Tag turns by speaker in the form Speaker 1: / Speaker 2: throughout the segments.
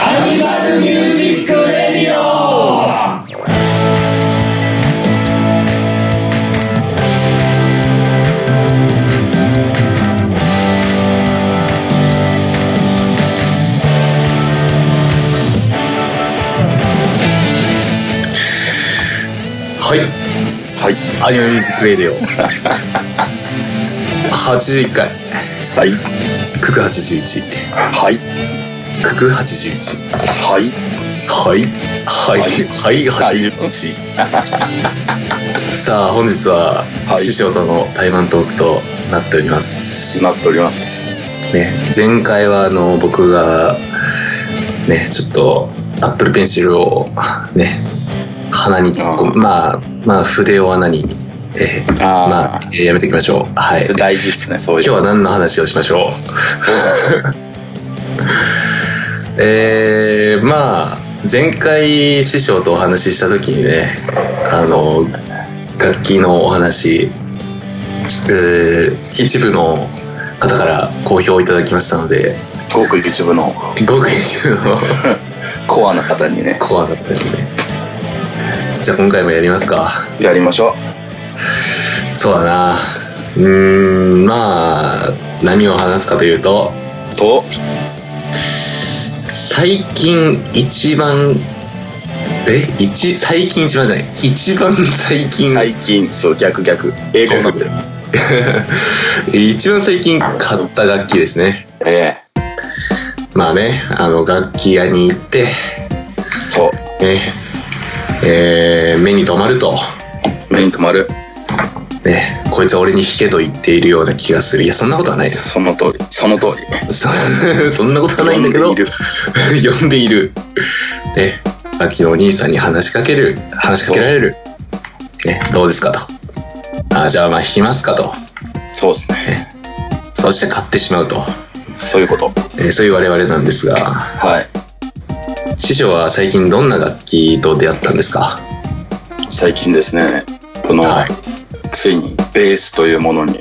Speaker 1: アニマルミュージックレディオ
Speaker 2: はい。
Speaker 3: はい。
Speaker 2: アニメミュージックレディオ。80回。
Speaker 3: はい。
Speaker 2: クク81。
Speaker 3: はい。
Speaker 2: クク81。
Speaker 3: はい。
Speaker 2: はい。はい。はい。81。さあ、本日は、
Speaker 3: はい
Speaker 2: 師匠との対マントークとなっております。
Speaker 3: なっております。
Speaker 2: ね、前回はあの僕がねちょっとアップルペンシルをね鼻に突っ込むまあまあ筆を穴に、えー
Speaker 3: あー
Speaker 2: まあえーやめていきましょうはい
Speaker 3: それ
Speaker 2: 今
Speaker 3: 大事ですね、そういう。
Speaker 2: 日は何の話をしましょうえー、まあ前回師匠とお話しした時にねあ
Speaker 3: そう
Speaker 2: の
Speaker 3: ですね
Speaker 2: 楽器のお話、えー一部の方から好評いただきましたので
Speaker 3: ごく YouTube の
Speaker 2: ごく一部の
Speaker 3: コアな方にね、
Speaker 2: コアだったですねじゃあ今回もやりますか
Speaker 3: やりましょ
Speaker 2: そうだなうーんまあ何を話すかというと
Speaker 3: う。と、
Speaker 2: 最近一番え一最近一番じゃない一番最近
Speaker 3: 最近、そう、逆逆。英語になってる。
Speaker 2: 一番最近買った楽器ですね
Speaker 3: え
Speaker 2: まあねあの楽器屋に行って
Speaker 3: えそう。
Speaker 2: ねえー目に留まると
Speaker 3: 目に留まる。
Speaker 2: ねこいつは俺に弾けと言っているような気がするいやそんなことはないです
Speaker 3: その通り。その通り。
Speaker 2: そそんなことはないんだけど
Speaker 3: 読んでい る
Speaker 2: 呼んでいる。ね、楽器のお兄さんに話しかける、話しかけられる。ね、どうですかと。あじゃあまあ弾きますかと。
Speaker 3: そうですね。
Speaker 2: そして買ってしまうと。
Speaker 3: そういうこと。
Speaker 2: えーそういう我々なんですが、
Speaker 3: はい。
Speaker 2: 師匠は最近どんな楽器と出会ったんですか
Speaker 3: 最近ですね、この、
Speaker 2: はい。
Speaker 3: ついにベースというものに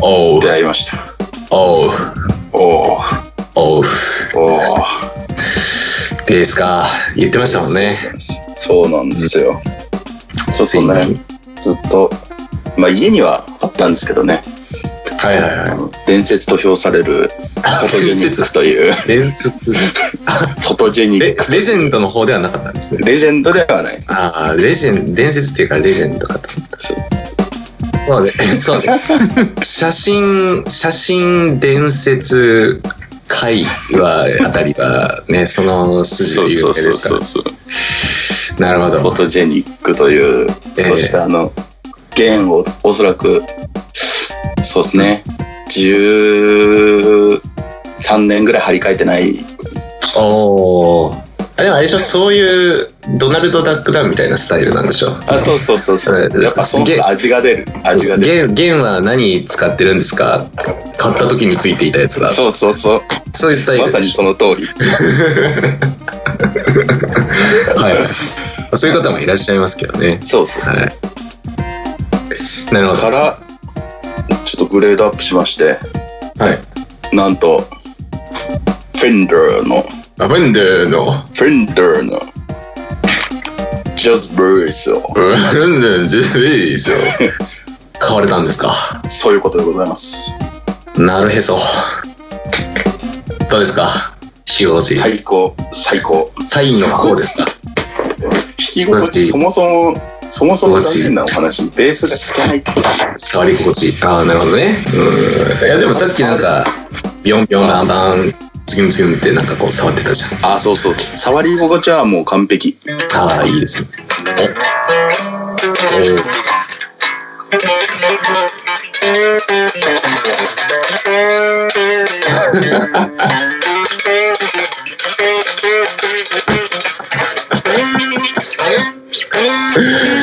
Speaker 2: おう、
Speaker 3: 出会いました。
Speaker 2: おう、
Speaker 3: おー、
Speaker 2: おう。
Speaker 3: おー。
Speaker 2: ベースか。言ってましたもんね。
Speaker 3: そうなんですよ。ちょっ
Speaker 2: つい
Speaker 3: と
Speaker 2: に。はい
Speaker 3: ね、ずっと、まあ家にはあったんですけどね、
Speaker 2: はいは
Speaker 3: 伝説と評されるフォトジェニックと いう、
Speaker 2: い。伝説。
Speaker 3: フォトジェニ
Speaker 2: レ
Speaker 3: ック
Speaker 2: レジェンドの方ではなかったんですね。
Speaker 3: レジェンドではないです。
Speaker 2: ああ、レジェン、伝説っていうかレジェンドかと。そうね、そうね。写真、写真伝説会は、あたりはね、 その筋
Speaker 3: そ
Speaker 2: で
Speaker 3: う
Speaker 2: 有
Speaker 3: そ
Speaker 2: 名
Speaker 3: う
Speaker 2: で
Speaker 3: そう
Speaker 2: す
Speaker 3: そ
Speaker 2: か
Speaker 3: うそう。
Speaker 2: ら。なるほ
Speaker 3: フォ
Speaker 2: ど。
Speaker 3: トジェニックという、
Speaker 2: ええ
Speaker 3: そしてあの、弦をおそらく、そうですね、13年ぐらい張り替えてない、
Speaker 2: おお。あでもあれでしょ、そういうドナルド・ダックダウンみたいなスタイルなんでしょ。
Speaker 3: あ、そうそうそうそうう。
Speaker 2: ん
Speaker 3: やっぱその
Speaker 2: 弦
Speaker 3: 味が出る。味が出る。
Speaker 2: ゲン、ゲンは何使ってるんですか買った時についていたやつだ。
Speaker 3: そうそうそう。
Speaker 2: そういうスタイル
Speaker 3: ま
Speaker 2: でしょ
Speaker 3: さにその通り。
Speaker 2: はい。そういう方もいらっしゃいますけどね。
Speaker 3: そうそう。
Speaker 2: はい。なるほど。
Speaker 3: か
Speaker 2: は
Speaker 3: ら、ちょっとグレードアップしまして、
Speaker 2: い。
Speaker 3: なんと、フェンダーの、
Speaker 2: アベンデーの、
Speaker 3: フェンダーの、ジャズベースを、
Speaker 2: アベンデーのジェフリーズを買われたんですか。
Speaker 3: そういうことでございます。
Speaker 2: なるへそ。どうですか引き心地。
Speaker 3: 最高、最高。
Speaker 2: サインの方ですか
Speaker 3: 弾き心地、そもそも、そもそも大変なお話、ベースがつかないって。
Speaker 2: 触り心地。ああ、なるほどね。うん。いや、でもさっきなんか、ビヨンビヨンバンバン、ズギュンズギュンってなんかこう触ってたじゃん。
Speaker 3: あ、そうそう。触り心地はもう完璧。
Speaker 2: ああ、いいですね。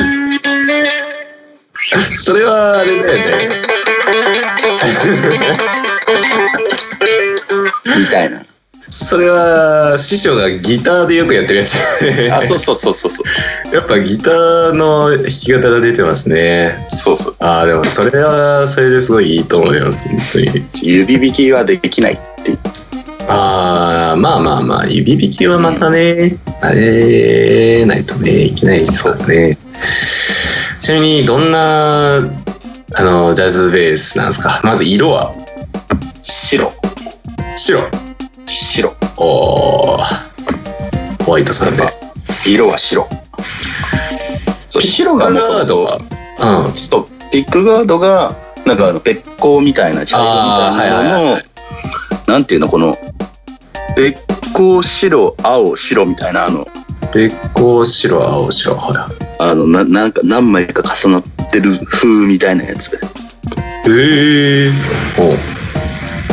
Speaker 2: おお。それはあれだよね。
Speaker 3: みたいな。
Speaker 2: それは師匠がギターでよくやってるやつ。
Speaker 3: あ、そうそうそうそうそ う。
Speaker 2: やっぱギターの弾き方が出てますね。
Speaker 3: そうそう。
Speaker 2: ああ、でもそれはそれですごいいいと思います、本当に。
Speaker 3: 指弾きはできないっていう。
Speaker 2: ああ、まあまあまあ、指引きはまたね、慣れないとね、いけないですからね。ちなみに、どんな、あの、ジャズベースなんですかまず色は
Speaker 3: 白、
Speaker 2: 白。
Speaker 3: 白。
Speaker 2: おーホワイトさんで。
Speaker 3: 色は白。そう、白が
Speaker 2: カ
Speaker 3: も
Speaker 2: ラ
Speaker 3: と
Speaker 2: ード
Speaker 3: も
Speaker 2: は、うん。
Speaker 3: ちょっとピックガードがなんかあの別光みたいな茶色みたいなのの、
Speaker 2: あーはいはいはい
Speaker 3: なんていうのこの別光白青白みたいなあの
Speaker 2: 別光、白、青、白、ほら。
Speaker 3: あのななんか何枚か重なってる風みたいなやつ
Speaker 2: ええおう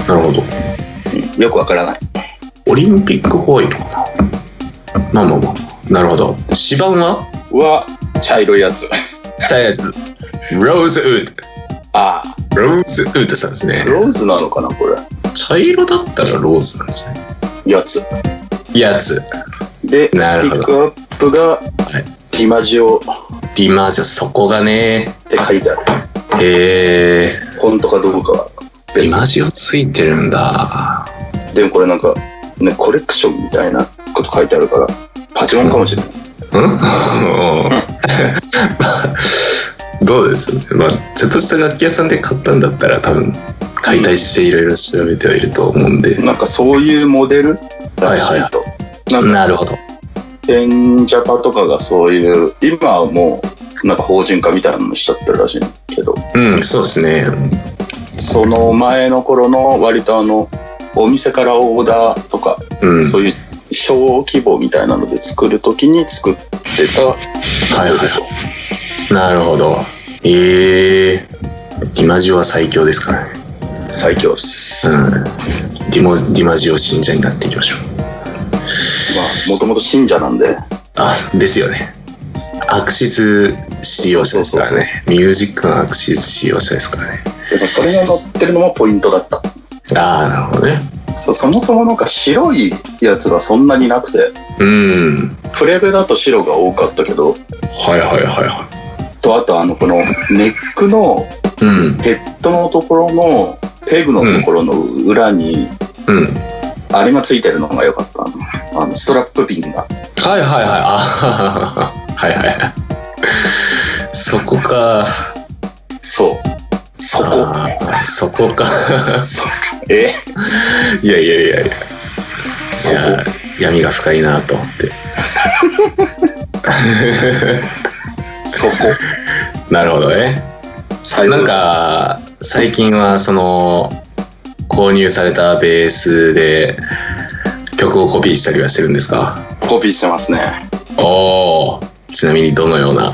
Speaker 2: なるほど。
Speaker 3: よくわからない
Speaker 2: オリンピックホワイトかな。まあまあまあ。なるほど。芝生は
Speaker 3: は茶色いやつ
Speaker 2: サイヤズ。ローズウッ
Speaker 3: ああ
Speaker 2: ド。ローズウッドさんですね。
Speaker 3: ローズなのかなこれ
Speaker 2: 茶色だったらローズなんじゃない
Speaker 3: やつ
Speaker 2: やつ。
Speaker 3: でピ
Speaker 2: なるほど
Speaker 3: ックアップが
Speaker 2: い
Speaker 3: ディマジオっ
Speaker 2: ディマージャ、そこがね。
Speaker 3: て書いてある
Speaker 2: へえ。
Speaker 3: 本当かどうかは
Speaker 2: ディ
Speaker 3: 別
Speaker 2: マージがついてるんだ。
Speaker 3: でもこれなんか、ね、コレクションみたいなこと書いてあるから、パチモンかもしれない。
Speaker 2: うん まあどうでしょうね。まあ、ちょっとした楽器屋さんで買ったんだったら多分解体していろいろ調べてはいると思うんで。
Speaker 3: なんかそういうモデルらしいと。なんか、
Speaker 2: なるほど。
Speaker 3: ペンジャパとかがそういう、今はもう、なんか法人化みたいなのしちゃってるらしいんだけど、
Speaker 2: うん、そうですね。
Speaker 3: その前の頃の割とあの、お店からオーダーとか、
Speaker 2: うん。
Speaker 3: そういう小規模みたいなので作るときに作ってたモ
Speaker 2: はい
Speaker 3: デル
Speaker 2: は
Speaker 3: と。
Speaker 2: い。なるほど。ええディマジオは最強ですからね。
Speaker 3: 最強です。
Speaker 2: う
Speaker 3: まあ、
Speaker 2: ん。ディモ、ディマジオ信者になっていきましょう。
Speaker 3: もともと信者なんで、
Speaker 2: あ、ですよね。アクシス使用者ですから
Speaker 3: そうそう
Speaker 2: ね。ミュージックのアクシス使用者ですからね。
Speaker 3: でもそれが乗ってるのもポイントだった。
Speaker 2: ああ、なるほどね。
Speaker 3: そうそもそもなんか白いやつがそんなになくて
Speaker 2: うん。
Speaker 3: プレベだと白が多かったけど
Speaker 2: はいはいはいは
Speaker 3: とあとあのこのネックの
Speaker 2: い。うん。
Speaker 3: ヘッドのところのペグのところの裏に
Speaker 2: うん。はい
Speaker 3: あれがついてるのが良かったなあのストラップピンが
Speaker 2: はいはい。あーはいはい。そこか。
Speaker 3: そうそこ
Speaker 2: あーそこ か。
Speaker 3: そえ
Speaker 2: いやいやいやいや。
Speaker 3: そ
Speaker 2: いや
Speaker 3: こ
Speaker 2: 闇が深いなと思って。
Speaker 3: そこ
Speaker 2: なるほどね。
Speaker 3: 最
Speaker 2: なんか、最近はその、購入されたベースで曲をコピーしたりはしてるんですか
Speaker 3: コピーしてますね
Speaker 2: おお。ちなみにどのような。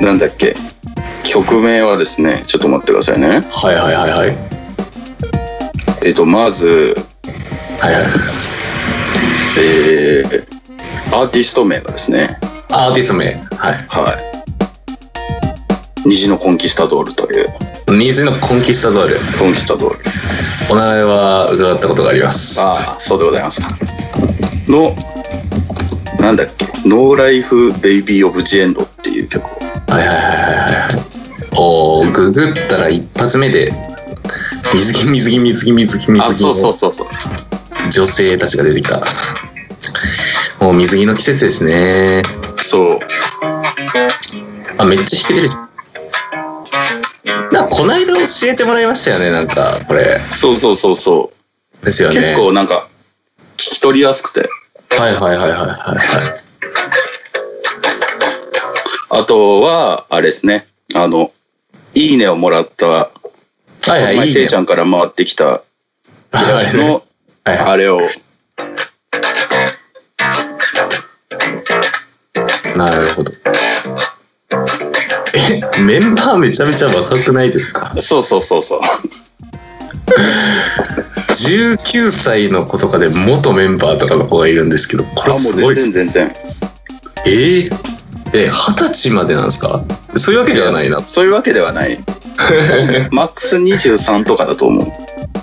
Speaker 3: なんだっけ曲名はですねちょっと待ってくださいね
Speaker 2: はいはいはいはい。
Speaker 3: えっ、とまず
Speaker 2: はいはい。
Speaker 3: えーアーティスト名がですね
Speaker 2: アーティスト名。はい。
Speaker 3: はい。虹のコンキスタドールという、
Speaker 2: 虹のコンキスタドール。
Speaker 3: コンキスタドール。
Speaker 2: お名前は伺ったことがあります。
Speaker 3: ああ、そうでございますか。の、なんだっけ、ノーライフベイビーオブジエンドっていう曲を。
Speaker 2: はいはいはいはいはい。おー、ググったら一発目で、水着水着水着水着水着の
Speaker 3: そうそう。
Speaker 2: 女性たちが出てきた。もう水着の季節ですね。
Speaker 3: そう。
Speaker 2: あ、めっちゃ弾けてるじゃん。なんかこないだ教えてもらいましたよね、なんか、これ。
Speaker 3: そうそうそうそ
Speaker 2: ですよ
Speaker 3: う。
Speaker 2: ね。
Speaker 3: 結構なんか、聞き取りやすくて。
Speaker 2: はいはいはいはいはいはい。
Speaker 3: あとは、あれですね、あの、いいねをもらった、
Speaker 2: はいはい、
Speaker 3: 前
Speaker 2: いい
Speaker 3: て
Speaker 2: ね
Speaker 3: いち。ゃんから回ってきた
Speaker 2: はいはい
Speaker 3: の、
Speaker 2: はい
Speaker 3: あれを、
Speaker 2: なるほど。え、メンバーめちゃめちゃ若くないですか
Speaker 3: そうそうそうそう。
Speaker 2: ?19 歳の子とかで元メンバーとかの子がいるんですけど、これすごい
Speaker 3: 全
Speaker 2: っ
Speaker 3: 然
Speaker 2: す。
Speaker 3: 全然。
Speaker 2: えー、え、二十歳までなんですかそういうわけではないな。
Speaker 3: そういうわけで はない。マックス23とかだと思う。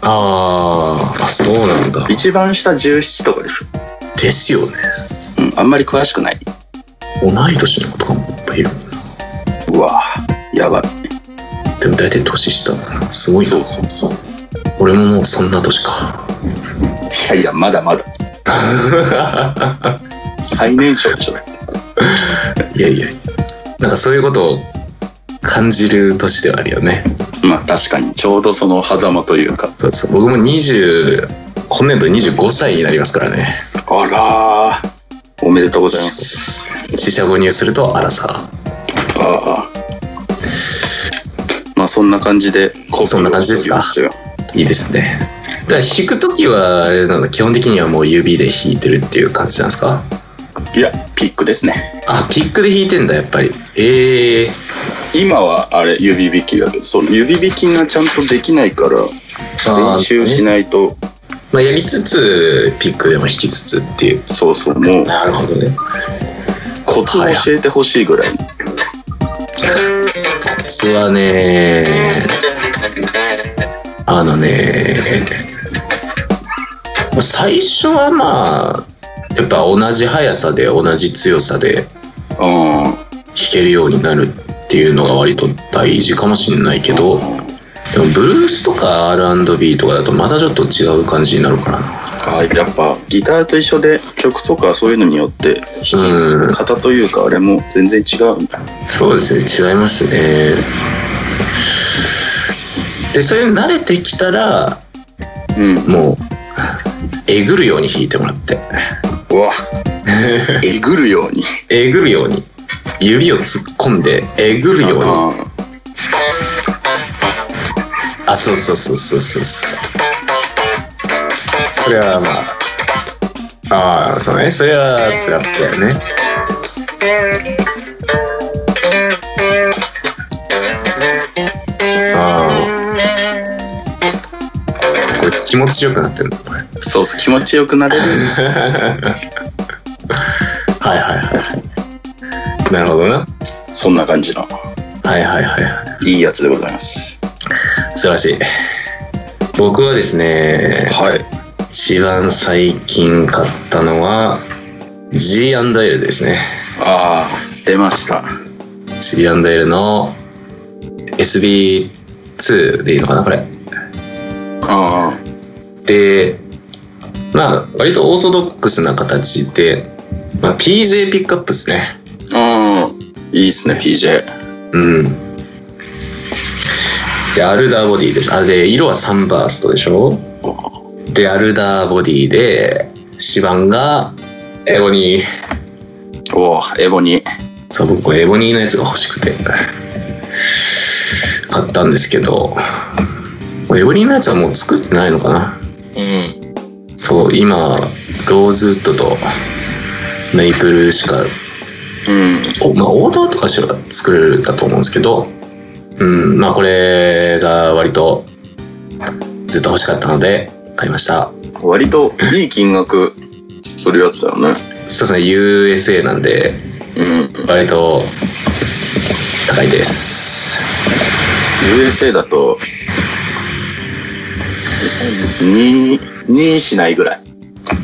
Speaker 2: あー、あそうなんだ。
Speaker 3: 一番下17とかです。
Speaker 2: ですよね。
Speaker 3: うん、あんまり詳しくない。
Speaker 2: 同い年の子とかもいっぱいいるんだ
Speaker 3: うわやばい。
Speaker 2: な。でも大体年下だな。すごいな。
Speaker 3: そうそう。
Speaker 2: 俺ももうそんな年か。
Speaker 3: やいや、まだまだ。最年少でしょ、だって
Speaker 2: いやいやなんかそういうことを感じる年ではあるよね
Speaker 3: まあ確かに、ちょうどその狭間というか。
Speaker 2: そうそう僕も20今年度25歳になりますからね
Speaker 3: あらーおめでとうございます。
Speaker 2: 四捨五入するとアラサー
Speaker 3: ああ。まあそんな感じで、
Speaker 2: そんな感じですか
Speaker 3: コールをしており
Speaker 2: いいですねだから弾く時はあれなんだ基本的にはもう指で弾いてるっていう感じなんですか
Speaker 3: ますよいや、ピックですね。
Speaker 2: あピックで弾いてんだやっぱりええ
Speaker 3: 今はあれ、指弾きだけど、その指弾きがちゃんとできないから、
Speaker 2: ー
Speaker 3: 練習しないと、
Speaker 2: まあ、やりつつピックでも弾きつつっていう
Speaker 3: そうそう、もう、
Speaker 2: なるほどね
Speaker 3: コツを教えてほしいぐらい。
Speaker 2: コツはねあのね最初はまあやっぱ同じ速さで同じ強さで
Speaker 3: うん。
Speaker 2: 弾けるようになるっていうのが割と大事かもしれないけどでもブルースとか R&B とかだとまたちょっと違う感じになるからな
Speaker 3: あやっぱギターと一緒で曲とかそういうのによって弾
Speaker 2: うん
Speaker 3: き方というかあれも全然違うんだ
Speaker 2: そうですね違いますねでそれに慣れてきたら
Speaker 3: うん
Speaker 2: もうえぐるように弾いてもらって
Speaker 3: うわえぐるように
Speaker 2: えぐるように指を突っ込んでえぐるように
Speaker 3: あ
Speaker 2: あそうそうそうそうそうそうそれはまあああそうねそれはスラップだよねああこれ気持ちよくなってるのこれ
Speaker 3: ーそうそう気持ちよくなれる
Speaker 2: はいはいはいはいなるほどな
Speaker 3: そんな感じの
Speaker 2: はいはいはいはい
Speaker 3: いいやつでございます
Speaker 2: 素晴らしい僕はですね
Speaker 3: はい
Speaker 2: 一番最近買ったのは G&L ですね
Speaker 3: ああ出ました
Speaker 2: G&L の SB2 でいいのかなこれ
Speaker 3: あ
Speaker 2: でまあ割とオーソドックスな形で、まあ、PJ ピックアップですね
Speaker 3: ーあーいいっすね PJ
Speaker 2: うんでアルダーボディでしょあで色はサンバーストでしょでアルダーボディで指板がエボニー
Speaker 3: おおエボニー
Speaker 2: そう、僕、エボニーのやつが欲しくて、買ったんですけど、エボニーのやつはもう作ってないのかな
Speaker 3: うん
Speaker 2: そう、今、ローズウッドとメイプルしか、
Speaker 3: うん
Speaker 2: おまあ、オーダーとかしか作れるだと思うんですけど、うん、まあ、これが割とずっと欲しかったので、買いました。
Speaker 3: 割といい金額するやつだよ
Speaker 2: そう
Speaker 3: ね
Speaker 2: ですね、USA なんで、
Speaker 3: うん
Speaker 2: 割と高いです。
Speaker 3: USA だと2二しないぐらい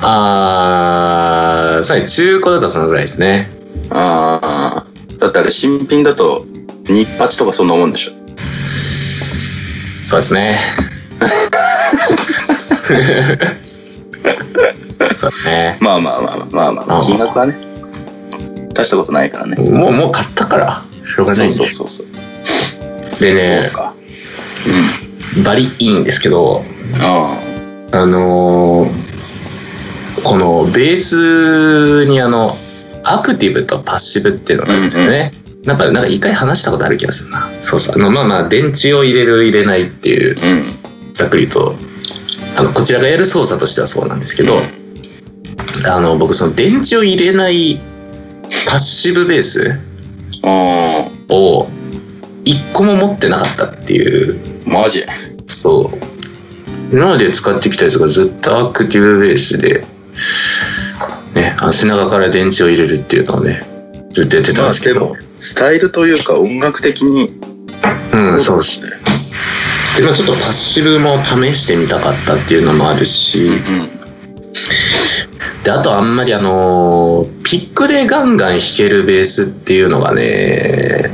Speaker 2: あー、そうね、中古だとそのぐらいですね。
Speaker 3: ああだってあれ新品だと日発とかそんなもんでしょ
Speaker 2: そうです ね。そうですね。
Speaker 3: まあまあまあまあまあま
Speaker 2: あ
Speaker 3: あ
Speaker 2: あ
Speaker 3: 金額はね大したことないからね
Speaker 2: もう、もう買ったから、しょうがな
Speaker 3: そ
Speaker 2: いんで。
Speaker 3: うそうそうそうど
Speaker 2: で
Speaker 3: う
Speaker 2: ね
Speaker 3: っ、すかうん
Speaker 2: バリいいんですけど、
Speaker 3: あ
Speaker 2: あのーこのベースにあの、アクティブとパッシブっていうのがあるんですよね。なんか、なんか一回話したことある気がするな。そうそう。あの、まあまあ、電池を入れる入れないっていう
Speaker 3: あうん
Speaker 2: ざっくりとあのこちらがやる操作としてはそうなんですけど、あの僕その電池を入れないパッシブベース
Speaker 3: ああ
Speaker 2: を一個も持ってなかったっていう
Speaker 3: マジ
Speaker 2: そう今まで使ってきたやつがずっとアクティブベースで、ね、あの背中から電池を入れるっていうのをねずっとやってたんですけど、
Speaker 3: スタイルというか音楽的に
Speaker 2: うんそうです
Speaker 3: ね
Speaker 2: で、まあ、ちょっとパッシブも試してみたかったっていうのもあるし、であとあんまりあのーピックでガンガン弾けるベースっていうのがね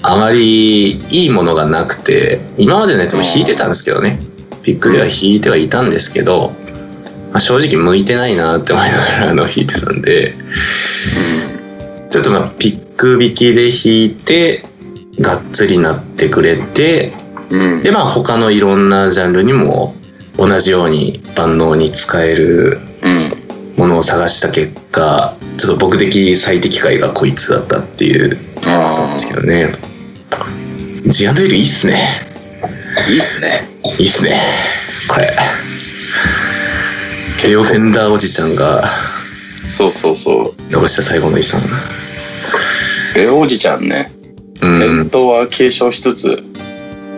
Speaker 2: あまりいいものがなくて今までのやつも弾いてたんですけどねピックでは弾いてはいたんですけど、まあ、正直向いてないなって思いながらあの弾いてたんでちょっとまあピック引きで弾いてがっつりなってくれて
Speaker 3: うん
Speaker 2: でまあ他のいろんなジャンルにも同じように万能に使える
Speaker 3: うん
Speaker 2: ものを探した結果ちょっと僕的最適解がこいつだったっていう
Speaker 3: あ
Speaker 2: ですけどねジアンドエールいいっすね
Speaker 3: あいいっすね
Speaker 2: いいっすねこれ慶応フェンダーおじちゃんが
Speaker 3: そうそうそう
Speaker 2: 残した最後の遺産
Speaker 3: えおじちゃんね
Speaker 2: う
Speaker 3: 伝
Speaker 2: ん
Speaker 3: 統は継承しつつ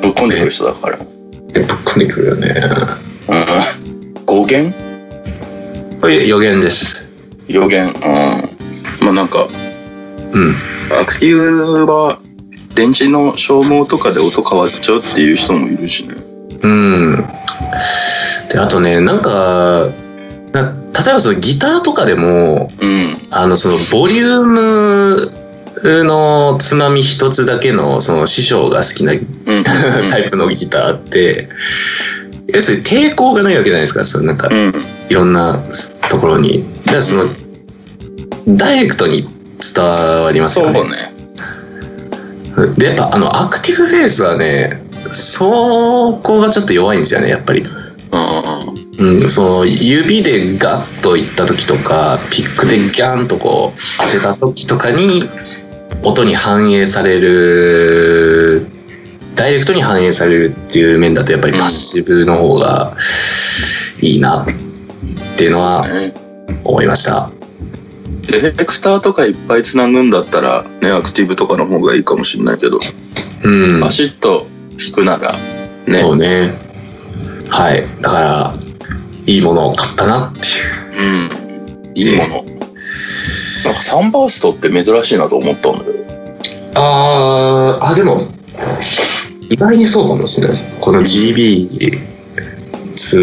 Speaker 3: ぶっ込んでくる人だから
Speaker 2: ぶっ込んでくるよね
Speaker 3: うん語源
Speaker 2: これ予言です
Speaker 3: 予言うんまあなんか
Speaker 2: うん
Speaker 3: アクティブは電池の消耗とかで音変わっちゃうっていう人もいるしね
Speaker 2: うんであとねなんかな例えばそのギターとかでも
Speaker 3: うん
Speaker 2: あのそのボリュームのつまみ一つだけのその師匠が好きな
Speaker 3: うん
Speaker 2: タイプのギターって、要するに抵抗がないわけじゃないですか、そのなんか
Speaker 3: う、ん
Speaker 2: いろんなところに。だからその、ダイレクトに伝わります
Speaker 3: そ
Speaker 2: よ
Speaker 3: う
Speaker 2: ね。
Speaker 3: ね
Speaker 2: で、やっぱあの、アクティブフェイスはね、そこがちょっと弱いんですよね、やっぱり。
Speaker 3: うん
Speaker 2: うん、その指でガッといった時とかピックでギャンとこう当てた時とかに音に反映されるダイレクトに反映されるっていう面だとやっぱりパッシブの方がいいなっていうのは
Speaker 3: ね
Speaker 2: 思いました
Speaker 3: エフェクターとかいっぱいつなぐんだったらねアクティブとかの方がいいかもしれないけど
Speaker 2: うん
Speaker 3: バシッと弾くならね
Speaker 2: そうねはいだからいいものを買ったなっていう
Speaker 3: うんいいもの。なんかサンバーストって珍しいなと思ったんだけど。
Speaker 2: あーあでも意外にそうかもしれないですこの GB2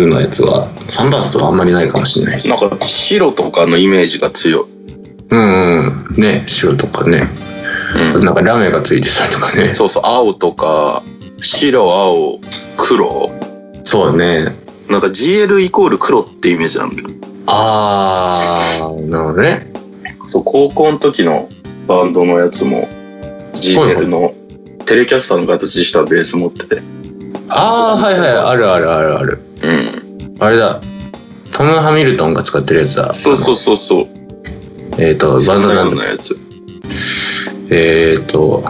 Speaker 2: のやつはサンバーストはあんまりないかもしれないです
Speaker 3: なんか白とかのイメージが強い。
Speaker 2: うんうんね白とかね
Speaker 3: うん
Speaker 2: なんかラメがついてたりとかね
Speaker 3: そうそう、青とか、白、青、黒。
Speaker 2: そうだね
Speaker 3: なんか GL イコール黒ってイメージなんだけど。
Speaker 2: あーなるほどね
Speaker 3: そう、高校の時のバンドのやつも GL のテレキャスターの形したベース持ってて。
Speaker 2: ああはいはいあるあるあるある
Speaker 3: うん。
Speaker 2: あれだトム・ハミルトンが使ってるやつだ
Speaker 3: そうそうそうそう。
Speaker 2: えっ、とバンドなん
Speaker 3: の
Speaker 2: だ
Speaker 3: やつ。
Speaker 2: えっ、ー、と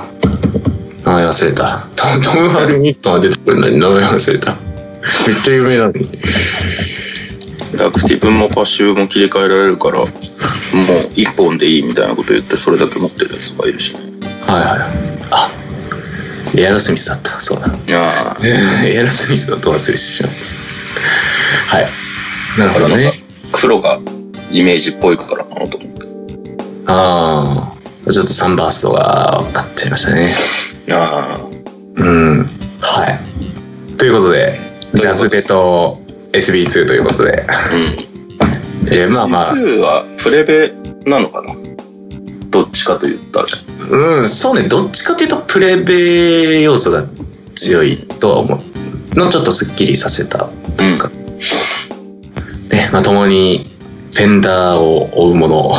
Speaker 2: 名前忘れたトトム・ハミルトンが出てくるのに名前忘れためっちゃ有名なのに
Speaker 3: アクティブもパッシブも切り替えられるから、もう一本でいいみたいなこと言って、それだけ持ってるやつがいるし。
Speaker 2: はいはい。あエアロスミスだった。そうだ。
Speaker 3: ああ、
Speaker 2: エアロスミスだと忘れてしまいました。はい。なるほどね。
Speaker 3: 黒がイメージっぽいからかなと思って。
Speaker 2: ああ。ちょっとサンバーストが分かっちゃいましたね。
Speaker 3: ああ、
Speaker 2: うん。はい。ということで、ジャズベと SB2 ということで。
Speaker 3: うん。
Speaker 2: えーまあまあ、
Speaker 3: 2はプレベなのかなどっちかと言ったら。
Speaker 2: うん、そうね、どっちかというとプレベ要素が強いとは思う。のちょっとすっきりさせた
Speaker 3: うん
Speaker 2: かね、まともにフェンダーを追うものを。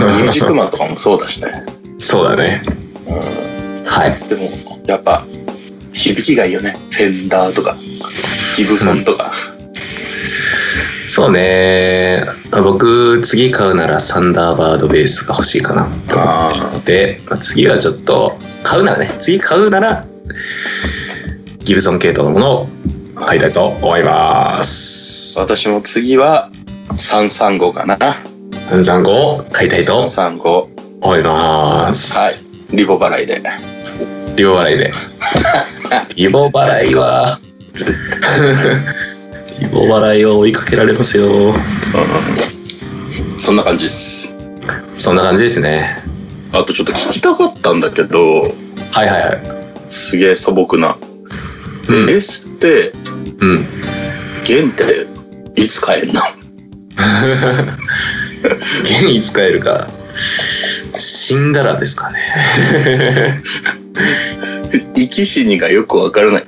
Speaker 3: ミュージックマンとかもそうだしね。
Speaker 2: そうだね。はい。
Speaker 3: でも、やっぱ、響きがいいよね。フェンダーとか、ギブソンとか。
Speaker 2: そうね。僕、次買うならサンダーバードベースが欲しいかなって思
Speaker 3: あ
Speaker 2: うので、まあ次はちょっと、買うならね、次買うなら、ギブソン系統のものを買いたいと思います。
Speaker 3: 私も次は、335かな。
Speaker 2: 残酷を買いたいと
Speaker 3: 335。は
Speaker 2: 思います。
Speaker 3: い。リボ払いで。
Speaker 2: リボ払い で。リボ払いは、リボ払いを追いかけられますよ。
Speaker 3: そんな感じです。
Speaker 2: そんな感じですね。
Speaker 3: あとちょっと聞きたかったんだけど、
Speaker 2: はいはいはい。
Speaker 3: すげえ素朴な。
Speaker 2: うん
Speaker 3: ベースって、
Speaker 2: うん。
Speaker 3: 弦っていつ買えん の
Speaker 2: 弦いつ変えるか。死んだらですかね。
Speaker 3: 生き死にがよくわからない。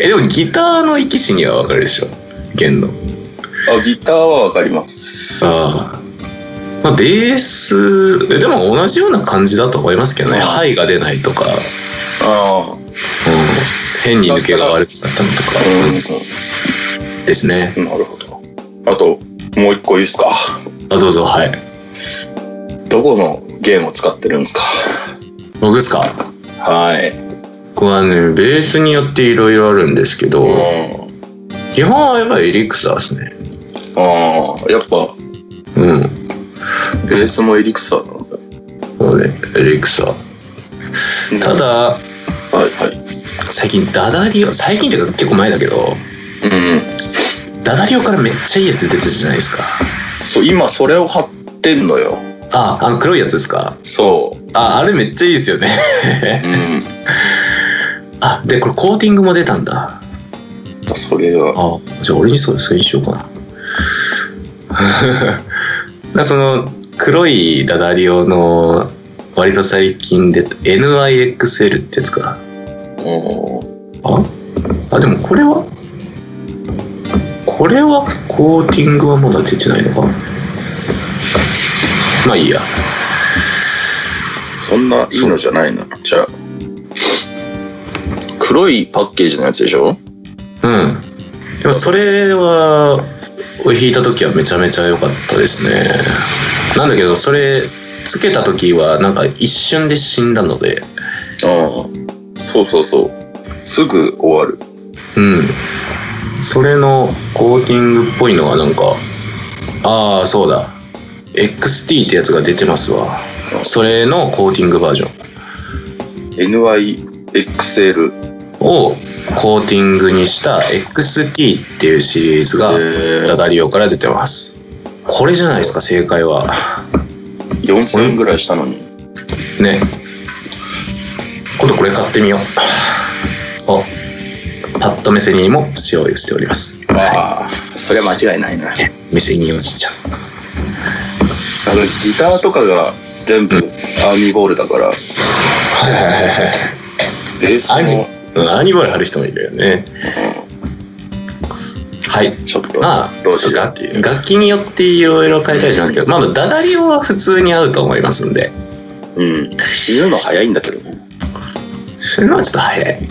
Speaker 2: え、でもギターの生き死にはわかるでしょ。弦の。
Speaker 3: あ、ギターはわかります。
Speaker 2: あーまあ、ベース、えでも同じような感じだと思いますけどね。
Speaker 3: あー
Speaker 2: 肺が出ないとか、うん、
Speaker 3: ああ、
Speaker 2: 変に抜けが悪かったのとか
Speaker 3: う
Speaker 2: ですね。
Speaker 3: ん、なるほど。あと、もう一個いいですか
Speaker 2: あ、どうぞ、はい。
Speaker 3: どこのゲームを使ってるんですか
Speaker 2: 僕ですか
Speaker 3: はい。
Speaker 2: 僕はね、ベースによっていろいろあるんですけど、
Speaker 3: うん。
Speaker 2: 基本はやっぱエリクサーですね。
Speaker 3: ああ、やっぱ、
Speaker 2: うん。
Speaker 3: ベースもエリクサーなんだ。
Speaker 2: そうね、エリクサー。ただ、
Speaker 3: はいはい。
Speaker 2: 最近ダダリオ最近っていうか結構前だけど
Speaker 3: うん。
Speaker 2: ダダリオからめっちゃいいやつ出てたじゃないですか
Speaker 3: そう、今それを貼ってんのよ。
Speaker 2: ああの黒いやつですか
Speaker 3: そう。
Speaker 2: ああれめっちゃいいですよね
Speaker 3: うん。
Speaker 2: あでこれコーティングも出たんだ
Speaker 3: それは、
Speaker 2: あじゃあ俺にそうそれにしようかな だからその黒いダダリオの割と最近で NIXL ってやつか
Speaker 3: うん
Speaker 2: ああでもこれはこれはコーティングはまだ出てないのかまあいいや
Speaker 3: そんないいのじゃないのじゃあ。黒いパッケージのやつでしょ
Speaker 2: うんでもそれは引いた時はめちゃめちゃ良かったですねなんだけどそれつけた時はなんか一瞬で死んだので
Speaker 3: うん。そうそうそう。すぐ終わる。
Speaker 2: うんそれのコーティングっぽいのはなんかああそうだ XT ってやつが出てますわそれのコーティングバージョン
Speaker 3: NYXL。
Speaker 2: をコーティングにした XT っていうシリーズが
Speaker 3: へー
Speaker 2: ダダリオから出てますこれじゃないですか正解は
Speaker 3: 4000円ぐらいしたのに。
Speaker 2: ね今度これ買ってみようをパッとメセニーも使用しております
Speaker 3: ああ、それは間違いないな。あの、
Speaker 2: メセニーおじちゃん
Speaker 3: ギターとかが全部アーミーボールだから、
Speaker 2: はいはいはいはい
Speaker 3: ベース
Speaker 2: アニ
Speaker 3: も、
Speaker 2: うんアニバル貼る人もいるよねはい
Speaker 3: ちょっと、
Speaker 2: まあ
Speaker 3: どうしようっていう。
Speaker 2: 楽器によっていろいろ変えたりしますけどまあダダリオは普通に合うと思いますんで
Speaker 3: うん。死ぬの早いんだけどね。
Speaker 2: それはちょっと早い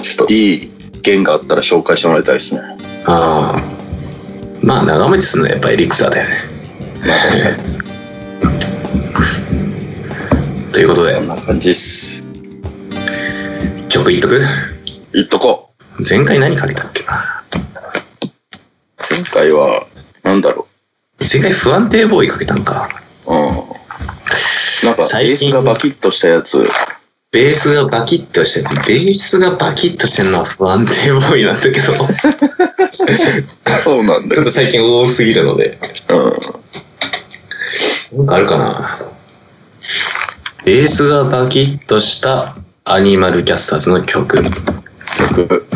Speaker 3: ちょっといい弦があったら紹介してもらいたいですね。
Speaker 2: ああまあ長持ちするのはやっぱエリクサーだよね
Speaker 3: まあ確かに。
Speaker 2: ということで
Speaker 3: そんな感じっす。
Speaker 2: 曲いっとく
Speaker 3: いっとこう。
Speaker 2: 前回何かけたっけな
Speaker 3: 前回は、なんだろ
Speaker 2: 前回不安定ボーイかけたんか
Speaker 3: う。うん。なんか、ベ
Speaker 2: 最
Speaker 3: ース
Speaker 2: 近
Speaker 3: がバキッとしたやつ。
Speaker 2: ベースがバキッとしててベースがバキッとしてるのは不安定ボーイなんだけど ちょっ
Speaker 3: そうなんだよ
Speaker 2: と。最近多すぎるので
Speaker 3: う
Speaker 2: な
Speaker 3: ん。
Speaker 2: んかあるかなベースがバキッとしたアニマルキャスターズの曲。
Speaker 3: 曲。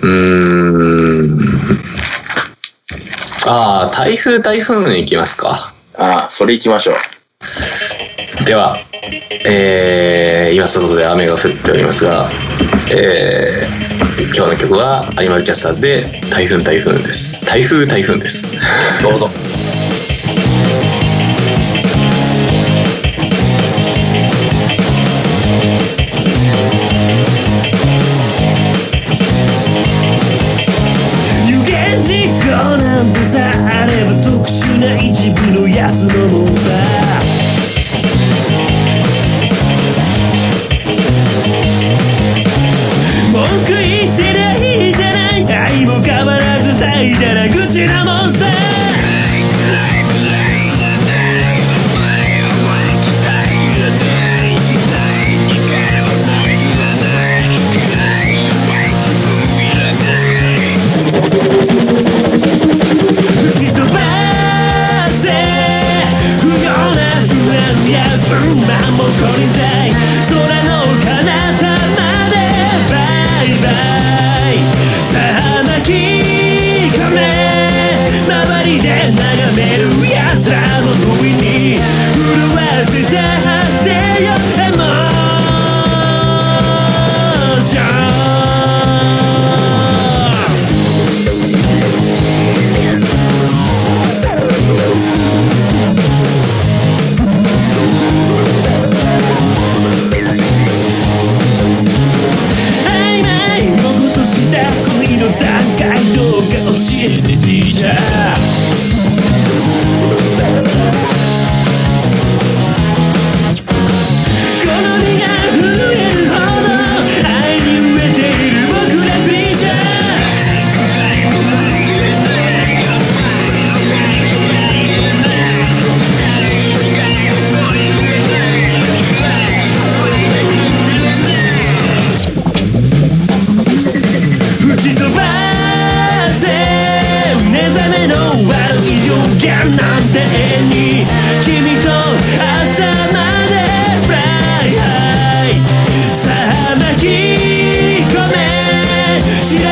Speaker 2: うーん。ああ、台風台風に行きますか。
Speaker 3: ああ、それ行きましょう。
Speaker 2: では、えー、今外で雨が降っておりますが、えー、今日の曲はアニマルキャスターズで台風台風です。台風台風です。
Speaker 3: どうぞ。
Speaker 1: 有言実行なんてさあれば特殊な一部のやつのもんさ文句言ってないじゃない愛も変わらず怠惰な愚痴なもんさ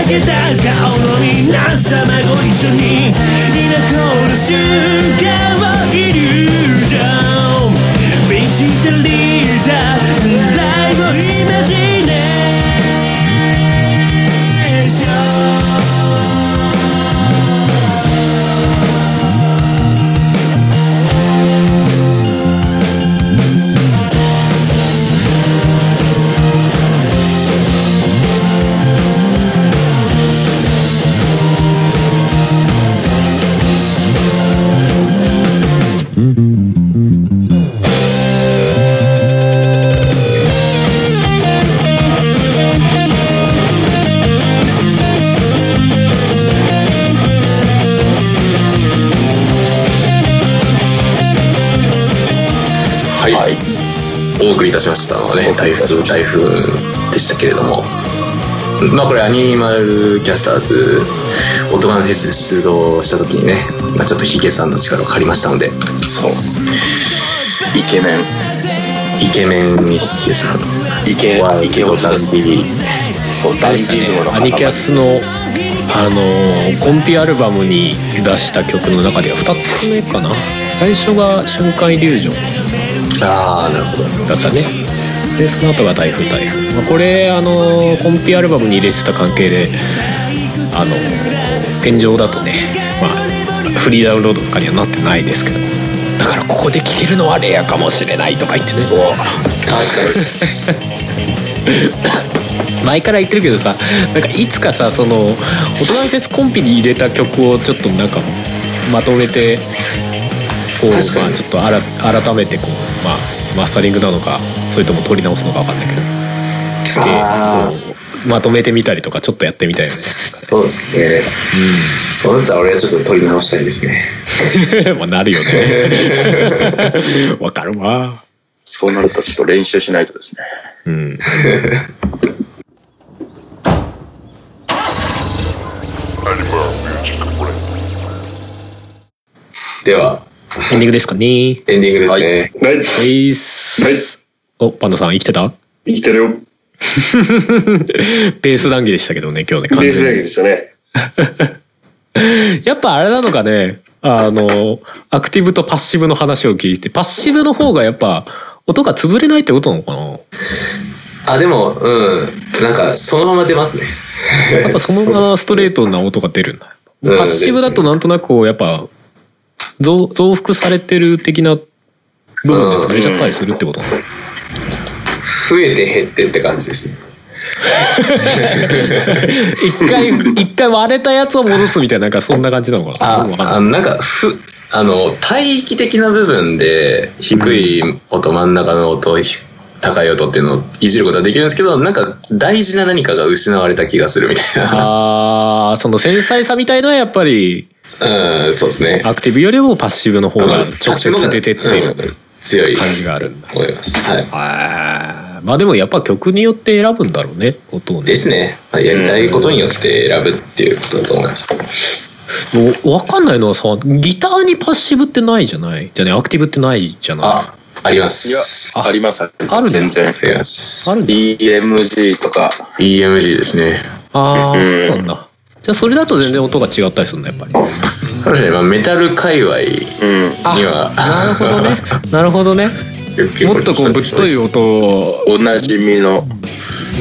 Speaker 1: けた顔の皆様ご一緒に居残る瞬間をイリュージョン満ちたリーダーライブイマジネーション
Speaker 2: はい、
Speaker 3: はい
Speaker 2: お送りいたしましたのはね台風台風でしたけれどもまあこれアニマルキャスターズオトマンフェス出動した時にね、まあ、ちょっとヒゲさんの力を借りましたので
Speaker 3: そうイケメン
Speaker 2: イケメンにヒゲさん
Speaker 3: イケ
Speaker 2: ワイ
Speaker 3: イケ
Speaker 2: ド
Speaker 3: オタ
Speaker 2: ダンス
Speaker 3: スそうダンディズムの
Speaker 4: アニキャ
Speaker 3: 塊
Speaker 4: スのあのーコンピアルバムに出した曲の中では2つ目かな最初が「瞬間イリュージョン」
Speaker 2: ああなるほど
Speaker 4: だったねでその後が「台風台風」まあこれあのーコンピアルバムに入れてた関係であのー天井だとねまあフリーダウンロードとかにはなってないですけどだからここで聴けるのはレアかもしれないとか言ってね前から言ってるけどさなんかいつかさその「大人フェスコンピ」に入れた曲をちょっとなんかまとめてこう、
Speaker 2: 確かに
Speaker 4: まあ、ちょっとあら改めてこう、まあ、マスタリングなのかそれとも取り直すのか分かんないけどして
Speaker 2: あ
Speaker 4: こうまとめてみたりとかちょっとやってみたいよね。
Speaker 2: そうですねそうだったら俺はちょっと取り直したいですね
Speaker 4: うん まあなるよね わかるわ
Speaker 3: そうなるとちょっと練習しないとですね
Speaker 4: うん
Speaker 2: では
Speaker 4: エンディングですかね
Speaker 2: エンディングですね、
Speaker 5: はい。
Speaker 4: おいっす、
Speaker 5: はい
Speaker 4: おパンダさん生きてた
Speaker 5: 生きてるよ。
Speaker 4: ベース談義でしたけどね今日
Speaker 5: レ
Speaker 4: ね完
Speaker 5: ース
Speaker 4: 全
Speaker 5: だ
Speaker 4: に
Speaker 5: けでしたね。
Speaker 4: やっぱあれなのかね、あの、アクティブとパッシブの話を聞いて、パッシブの方がやっぱ音が潰れないってことなのかな
Speaker 2: あでもうんなんかそのまま出ますね
Speaker 4: やっぱそのままストレートな音が出るんだ。
Speaker 2: うん
Speaker 4: パッシブだとなんとなくこうやっぱ増増幅されてる的な部分で潰れちゃったりするってことなの
Speaker 2: 増えて減ってって感じですね
Speaker 4: 一回、 一回割れたやつを戻すみたいな、なんかそんな感じなのかな
Speaker 2: あ
Speaker 4: わかんない
Speaker 2: あなんかふあの帯域的な部分で低い音、真ん中の音ひ高い音っていうのをいじることはできるんですけどなんか大事な何かが失われた気がするみたいな
Speaker 4: あーその繊細さみたいのはやっぱり
Speaker 2: うんそうですね
Speaker 4: アクティブよりもパッシブの方が直接出てってる
Speaker 2: うん強い
Speaker 4: 感じがあるんだ。
Speaker 2: 思いますはい
Speaker 4: あーまあでもやっぱ曲によって選ぶんだろうね音をね
Speaker 2: ですねまあやりたいことによって選ぶっていうことだと思います
Speaker 4: もう分かんないのはさギターにパッシブってないじゃないじゃあねアクティブってないじゃないあ
Speaker 2: あありま
Speaker 3: いや
Speaker 2: す
Speaker 3: ありますありま
Speaker 4: ある
Speaker 3: す
Speaker 4: ね
Speaker 3: 全然
Speaker 2: あります
Speaker 4: るんだ
Speaker 3: EMG とか
Speaker 2: EMG ですね
Speaker 4: あ
Speaker 3: う
Speaker 4: ー
Speaker 3: ん
Speaker 4: そうなんだじゃあそれだと全然音が違ったりするんだやっぱり
Speaker 2: 確かにまあメタル界隈に
Speaker 3: うん
Speaker 2: は
Speaker 4: なるほどね
Speaker 2: 結構
Speaker 4: もっとこうぶっとい音を
Speaker 3: おなじみの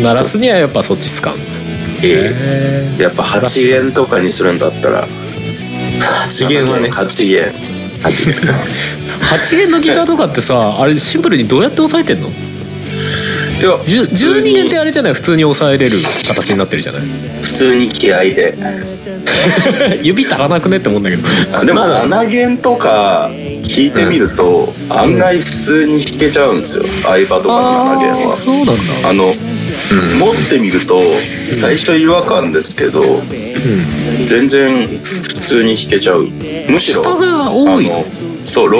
Speaker 4: 鳴らすにはやっぱそっち使う
Speaker 3: えーやっぱ8弦とかにするんだったら
Speaker 2: 8弦はね
Speaker 3: 8弦
Speaker 4: 8弦のギターとかってさあれシンプルにどうやって押さえてんの
Speaker 3: いや
Speaker 4: じゅ12
Speaker 3: に
Speaker 4: 弦ってあれじゃない普通に押さえれる形になってるじゃない
Speaker 3: 普通に気合で
Speaker 4: 指足らなくねって思うんだけど
Speaker 3: あでも7弦とか聞いてみると案外普通に弾けちゃうんですよ相葉とかの7弦
Speaker 4: あー
Speaker 3: は
Speaker 4: そうなんだ
Speaker 3: あの、持ってみると最初違和感ですけど
Speaker 4: うん
Speaker 3: 全然普通に弾けちゃうむしろ
Speaker 4: 下が多い
Speaker 3: あのそうロ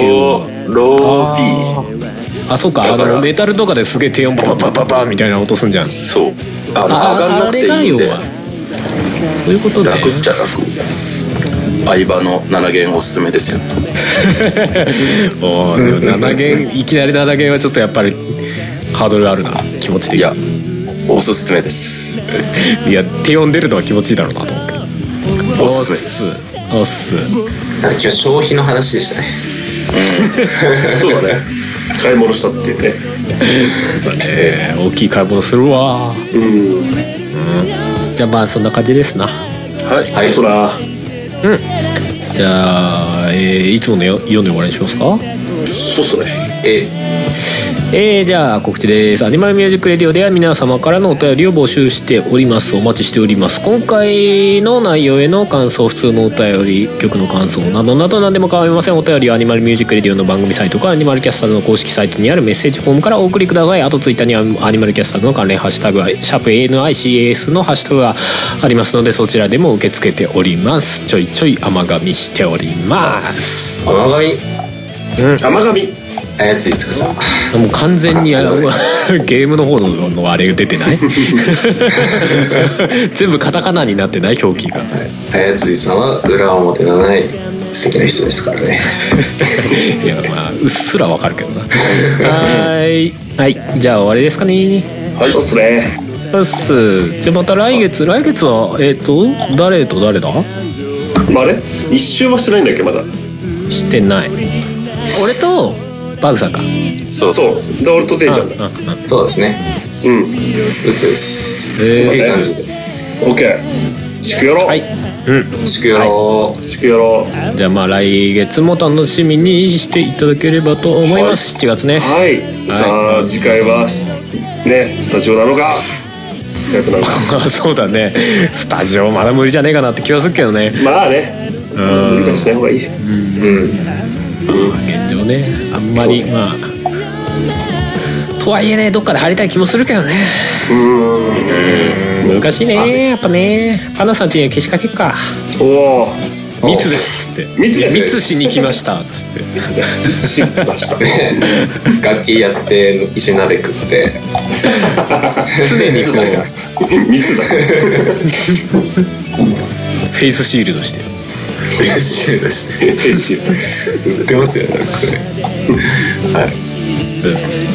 Speaker 3: ーロー B
Speaker 4: あそうかあ
Speaker 3: だか
Speaker 4: の
Speaker 3: ら
Speaker 4: メタルとかですげえ低音バンバンバンバンみたいな音すんじゃん
Speaker 3: そうあの
Speaker 4: あ
Speaker 3: 上がんなくていいんで
Speaker 4: あれが要はそういうことね
Speaker 3: 楽っちゃ楽相葉の7弦おすすめですよ
Speaker 4: おーでも7弦いきなり7弦はちょっとやっぱりハードルあるな気持ち
Speaker 3: い
Speaker 4: 的
Speaker 3: やおすすめです
Speaker 4: いや低音出るのは気持ちいいだろうなと思うけど
Speaker 3: おすす
Speaker 4: めですおっす
Speaker 2: 今日消費の話でしたね
Speaker 3: そうだね買い物したっていうね
Speaker 4: そうだね大きい買い物するわ
Speaker 3: うん
Speaker 4: じゃあまあそんな感じですな
Speaker 3: はいはいそら
Speaker 4: じゃあ、えーいつものよ読んで終わりにしますか
Speaker 3: そうっすね
Speaker 2: え
Speaker 4: えーじゃあ告知ですアニマルミュージックレディオでは皆様からのお便りを募集しておりますお待ちしております今回の内容への感想普通のお便り曲の感想などなど何でも構いませんお便りはアニマルミュージックレディオの番組サイトかアニマルキャスターズの公式サイトにあるメッセージフォームからお送りくださいあとツイッターにはアニマルキャスターズの関連ハッシュタグはシャープ ANICAS のハッシュタグがありますのでそちらでも受け付けておりますちょいちょい甘噛みしております
Speaker 2: 甘神
Speaker 3: 甘神
Speaker 2: あやついつかさ
Speaker 4: もう完全にあのゲームの方ののあれが出てない 全部カタカナになってない表記が
Speaker 2: あやついさんは裏表のない素敵な人ですからね
Speaker 4: いやまあうっすらわかるけどなはーいはいじゃあ終わりですかね
Speaker 3: はいそうっすね
Speaker 4: うっすじゃあまた来月来月はえっ、と誰と誰だ
Speaker 5: まあ、あれ一周はしてないんだっけまだ
Speaker 4: してない俺とバグさんか
Speaker 2: そう
Speaker 5: そうで俺とていちゃんだ
Speaker 4: うんうん
Speaker 2: そうですね
Speaker 5: うん
Speaker 2: 嘘です
Speaker 4: えー
Speaker 2: そういう感じで
Speaker 5: オッケー祝やろう、
Speaker 4: はい
Speaker 2: 祝よ
Speaker 5: 祝やろう
Speaker 4: じゃあまあ来月も楽しみにしていただければと思います、7月ね
Speaker 5: はい、さあ次回はねスタジオなのか近くなのか
Speaker 4: まあそうだねスタジオまだ無理じゃねえかなって気はするけどね
Speaker 5: まあね無理はしない方がいい
Speaker 4: 現状ねあんまりまあとはいえねどっかで入りたい気もするけどねうん難しいねやっぱねパナさんちにはけしかけっか
Speaker 5: おお
Speaker 4: 密ですっつって
Speaker 5: 密です
Speaker 4: 密しに来ましたっつって
Speaker 5: しました
Speaker 2: 楽器やって一緒に鍋食って
Speaker 4: 常にこ う
Speaker 5: 密だ
Speaker 4: フェイスシールドして
Speaker 2: シールドして
Speaker 5: 天使
Speaker 2: 売ってますよねこ
Speaker 4: です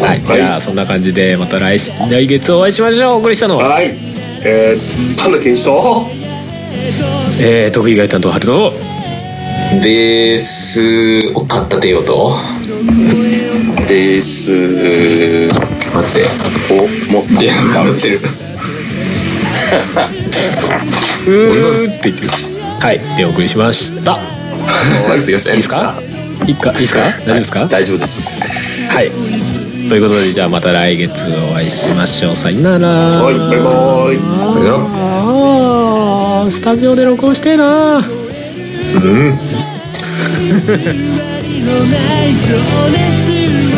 Speaker 4: はい、じゃあそんな感じでまた来し来月お会いしましょうお送りしたのは
Speaker 5: はいえー、パンダ検証
Speaker 4: えー、徳井外担当春と
Speaker 2: れですを買ったてよと
Speaker 3: です
Speaker 2: 待って
Speaker 3: お持って
Speaker 2: かぶってる
Speaker 4: うーって言ってるはいでお送りしました
Speaker 2: はいすいません
Speaker 4: いいですかいいかいいですか大丈夫ですか
Speaker 3: 大丈夫です
Speaker 4: はいということでじゃあまた来月お会いしましょうさよなら
Speaker 5: はいバイバイ
Speaker 2: これが
Speaker 4: あースタジオで録音してえな
Speaker 1: のない情熱をも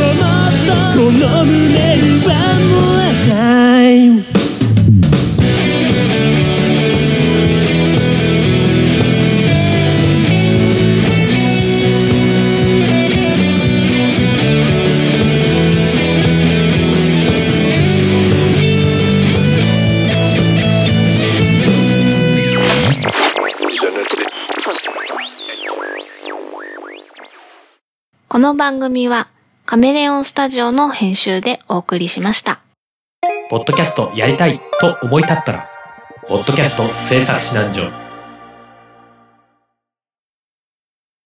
Speaker 1: っとこの胸にはもう赤い
Speaker 6: この番組はカメレオンスタジオの編集でお送りしました。
Speaker 7: ポッドキャストやりたいと思い立ったら、ポッドキャスト制作指南所。